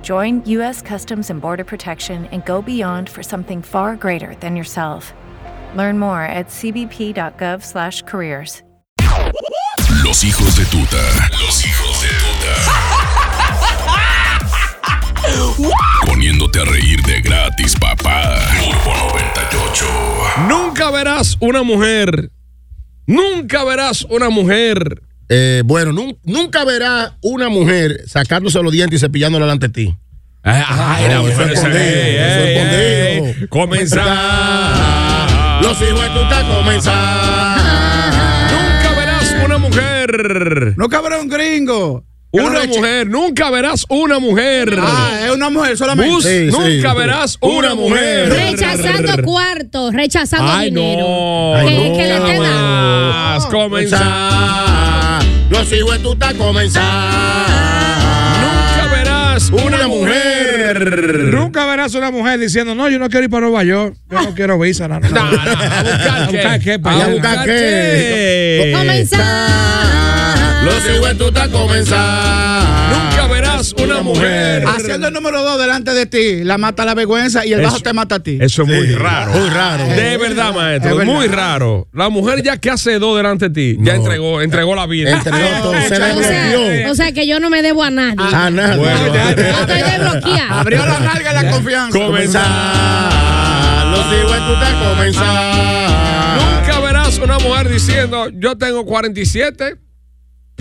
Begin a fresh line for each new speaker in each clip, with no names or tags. Join U.S. Customs and Border Protection and go beyond for something far greater than yourself. Learn more at cbp.gov/careers.
Los hijos de tuta. Los hijos de tuta. Poniéndote a reír de gratis, papá. Turbo 98.
Nunca verás una mujer. Nunca verás una mujer.
Eh, bueno, nun- nunca verás una mujer sacándose los dientes y cepillándola delante de ti.
Ay, la
No, eso
mujer
es
se-
pondeo,
ey,
eso es
ey,
pondeo.
ey. Comenzar.
Los hijos de tuta comenzar.
Nunca verás una mujer.
No cabrón gringo. Que no
Una
reche-
mujer. Nunca verás una mujer.
Ah, es una mujer solamente.
Bus,
sí, sí.
nunca verás una
Una mujer.
mujer.
Rechazando cuartos, rechazando
Ay,
dinero.
no.
Que-
no,
que le
nada
tenga.
más. Comenzar.
Comenzar. Los hijos de tuta comenzar.
Nunca verás una
Una
mujer.
Nunca verás una mujer diciendo, no, yo no quiero ir para Nueva York, yo no quiero visa, no, no, no".
No, no, a buscar qué.
buscar qué,
A
para allá.
buscar
buscar
qué.
Comenzar.
Los hijos de tuta comenzar.
Nunca verás una mujer.
Haciendo el número dos delante de ti, la mata la vergüenza y el bajo te mata a ti.
Eso es muy raro.
Muy raro.
De verdad, maestro,
Es
muy
verdad.
raro. La mujer ya que hace dos delante de ti, ya
No.
entregó, entregó la vida.
Entregó todo, se
O sea,
derritió.
o sea que yo no me debo a nadie.
Ah, nada.
Bueno, ya,
Yo estoy desbloqueada.
Abrió la nalga la confianza.
Comenzar. Los hijos de tuta comenzar.
Nunca verás una mujer diciendo, yo tengo 47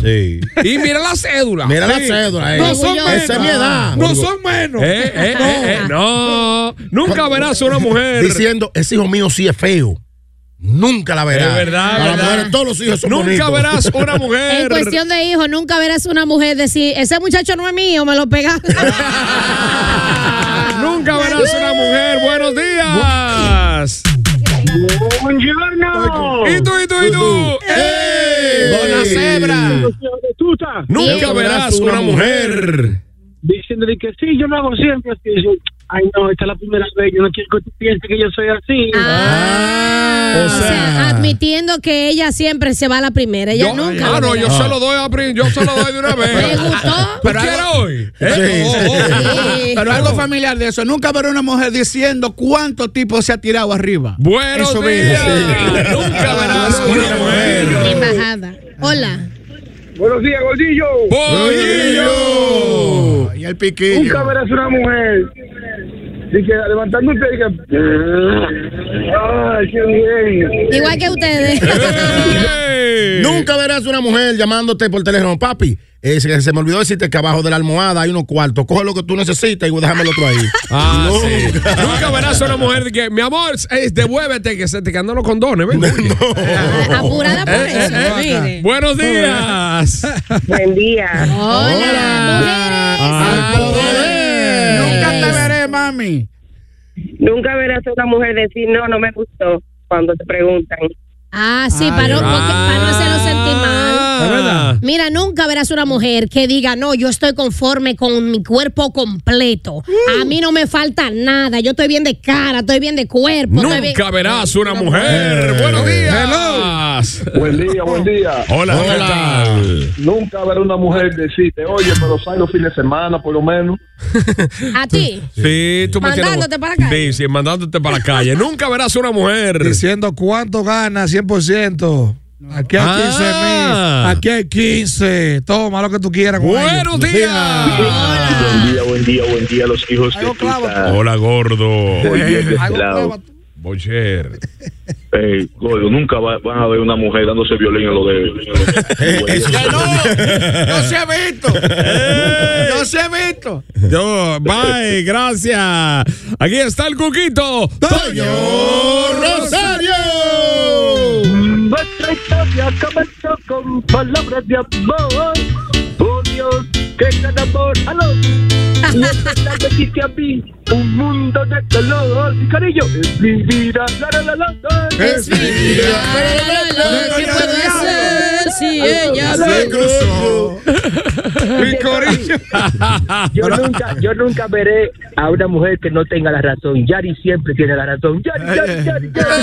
Sí.
y mira la cédula.
Mira la
Sí.
cédula. eh.
No son menos.
Esa es mi edad.
No son menos.
Eh, eh, eh, eh, no, nunca verás una mujer.
Diciendo, ese hijo mío sí es feo. Nunca la verás.
Es verdad,
A las
verdad.
mujeres, todos los hijos son
Nunca
bonitos.
verás una mujer.
En cuestión de hijos, nunca verás una mujer decir, ese muchacho no es mío, me lo pega.
Nunca verás una mujer. Buenos días.
Buongiorno!
¿Y tú, y tú, y tú? ¡Ey!
Dona Zebra.
Tuta,
Nunca verás una mujer.
diciendo de que sí, yo lo hago siempre. así, yo, Ay, no, esta es la primera vez. Yo no quiero que tú pienses que yo soy así.
Ah.
Ah, o sea, admitiendo que ella siempre se va a la primera. Ella
Yo-
nunca.
Ah,
la
no, yo
primera.
se lo doy a Prin, yo se lo doy de una vez.
ah,
Me gustó.
¿Tú quieres hoy? ¿Eh?
Sí,
Oh, oh.
Sí.
Pero algo familiar de eso. Nunca verá una mujer diciendo cuánto tipo se ha tirado arriba.
Buenos
Eso mismo.
días. Nunca verás una mujer.
Embajada. Hola.
Buenos días, Gordillo.
Pollillo.
Y el piquillo.
Nunca verás una mujer. Dije, levantando un dije, ay, qué bien.
Igual que ustedes.
Ey.
Nunca verás una mujer llamándote por teléfono, papi. eh, se, se me olvidó decirte que abajo de la almohada hay unos cuartos. Coge lo que tú necesitas y déjame el otro ahí.
Ah, sí. Nunca verás una mujer de que, mi amor, eh, devuélvete que se te quedan los condones. ven".
Ah, Apurada por eso.
Eh,
mire.
eh. Buenos días.
Buen día.
Al poder.
Nunca te veré, mami.
Nunca verás a una mujer decir no, no me gustó cuando te preguntan.
Ah, sí, para, no, porque- para no hacerlo sentir mal.
Ah,
Mira, nunca verás una mujer que diga, no, yo estoy conforme con mi cuerpo completo. A mí no me falta nada. Yo estoy bien de cara, estoy bien de cuerpo. estoy bien-
Nunca verás una mujer. Buenos días.
Buen día, buen día.
Hola, ¿qué
Hola.
tal?
Nunca habrá una mujer decirte, oye, pero sal los fines de semana, por lo menos.
A ti.
Sí, tú me quieres-
Mandándote para la calle.
Sí, sí, mandándote para la calle. Nunca verás una mujer.
Diciendo cuánto gana, 100%. Aquí hay 15 mil.
Ah.
Aquí hay 15. Toma lo que tú quieras. con ellos.
Buenos días.
Buen día, buen día, buen día, los hijos
Algo clavo.
Hola, gordo.
Oye, de
Algo
este lado,
prueba.
Bocher.
eh, gordo, nunca va- van a ver una mujer dándose violín en lo
Eh,
de.
No, no se ha visto. No se ha visto.
Yo, bye, gracias. Aquí está el cuquito. Toño Rosario.
Vuestra historia comenzó con palabras de amor. Oh Dios, que cada amor a los. Necesitas decirte a mí un mundo de color y cariño. Es mi vida, la la la la. la.
Es mi vida, lo que puedo hacer si ella me-
Mi corillo.
Yo nunca, yo nunca veré a una mujer que no tenga la razón. Yari siempre tiene la razón. Yari, Yari, Yari,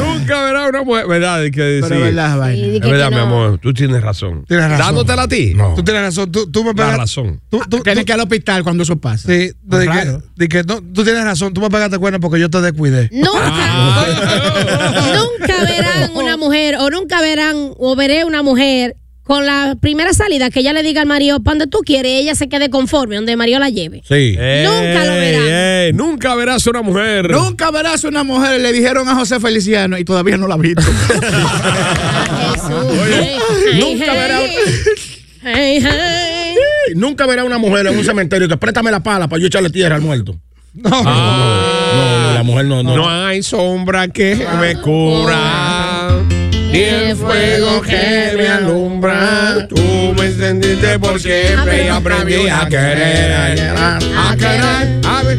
Nunca verá una mujer. ¿Verdad? Es Que,
Pero
sí.
verdad, vaina.
Y di
Es
que
verdad,
que
mi
no.
amor. Tú tienes razón.
Tienes razón.
Dándotela a ti.
No.
Tú tienes razón. Tú, tú me
La
pegaste.
razón.
Tú, tú,
Tienes
tú-
que ir al hospital cuando eso pasa.
sí, de
Claro.
que, de que no, tú tienes razón. Tú me pegaste cuerno porque yo te descuidé.
Ah.
Nunca, nunca verán una mujer o nunca verán o veré una mujer con la primera salida que ella le diga al marido, para donde tú quieres, ella se quede conforme, donde el marido la lleve.
Sí.
Nunca lo
Ey,
verán.
ey, nunca verás una mujer.
Nunca verás una mujer, le dijeron a José Feliciano y todavía no la ha visto.
Jesús.
nunca verá-
Hey, hey.
Nunca verá una mujer en un cementerio que préstame la pala para yo echarle tierra al muerto.
No.
No, no, la mujer no. no.
No hay sombra que me cubra. Ni el fuego que me alumbra. Ah, Tú me encendiste por siempre y aprendí a querer. A llegar, a querer. A ver.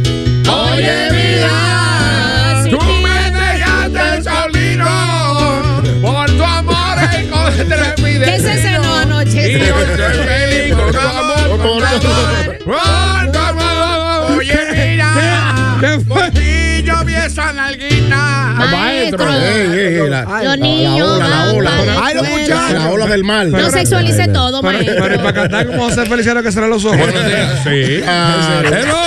Oye, vida. Tú me dejaste solito. Por tu amor encontré mi
¿Qué se
destino.
cenó
Y
anoche?
yo estoy feliz con tu amor, con tu amor, con tu amor. Oye, mira.
¿Qué fue?
Y yo vi esa nalguita.
Maestro.
Ey, ey, ey, la,
Los niños
ola, la
van
ola.
para la
Ay, los
escuela.
muchachos. la ola del mal.
No sexualice todo,
Pero,
maestro.
pero y para cantar como José Feliciano que será los ojos.
Sí. Hello.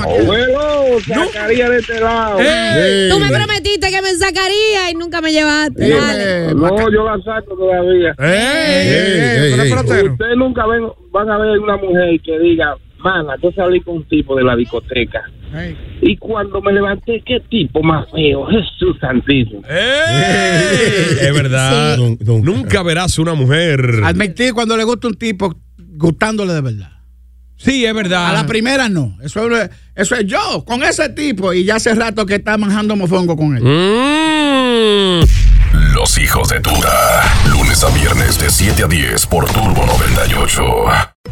Abuelo, sacaría de este lado.
Ey.
Tú me prometiste que me sacaría y nunca me llevaste. Dale.
No, yo la saco todavía.
Ey, ey, ey,
Ey,
pero
ey,
pelotero.
Ustedes nunca ven, van a ver una mujer que diga, mana, yo salí con un tipo de la discoteca. Y cuando me levanté, qué tipo más feo, Jesús Santísimo.
Ey. Es verdad.
Nun- nunca.
Nunca verás una mujer.
Admitir cuando le gusta un tipo, gustándole de verdad.
Sí, es
A la
verdad.
primera no. Eso es, eso es yo, con ese tipo. Y ya hace rato que está manjando mofongo con él.
Mm.
Los hijos de Tuta. Lunes a viernes de 7 a 10 por Turbo 98.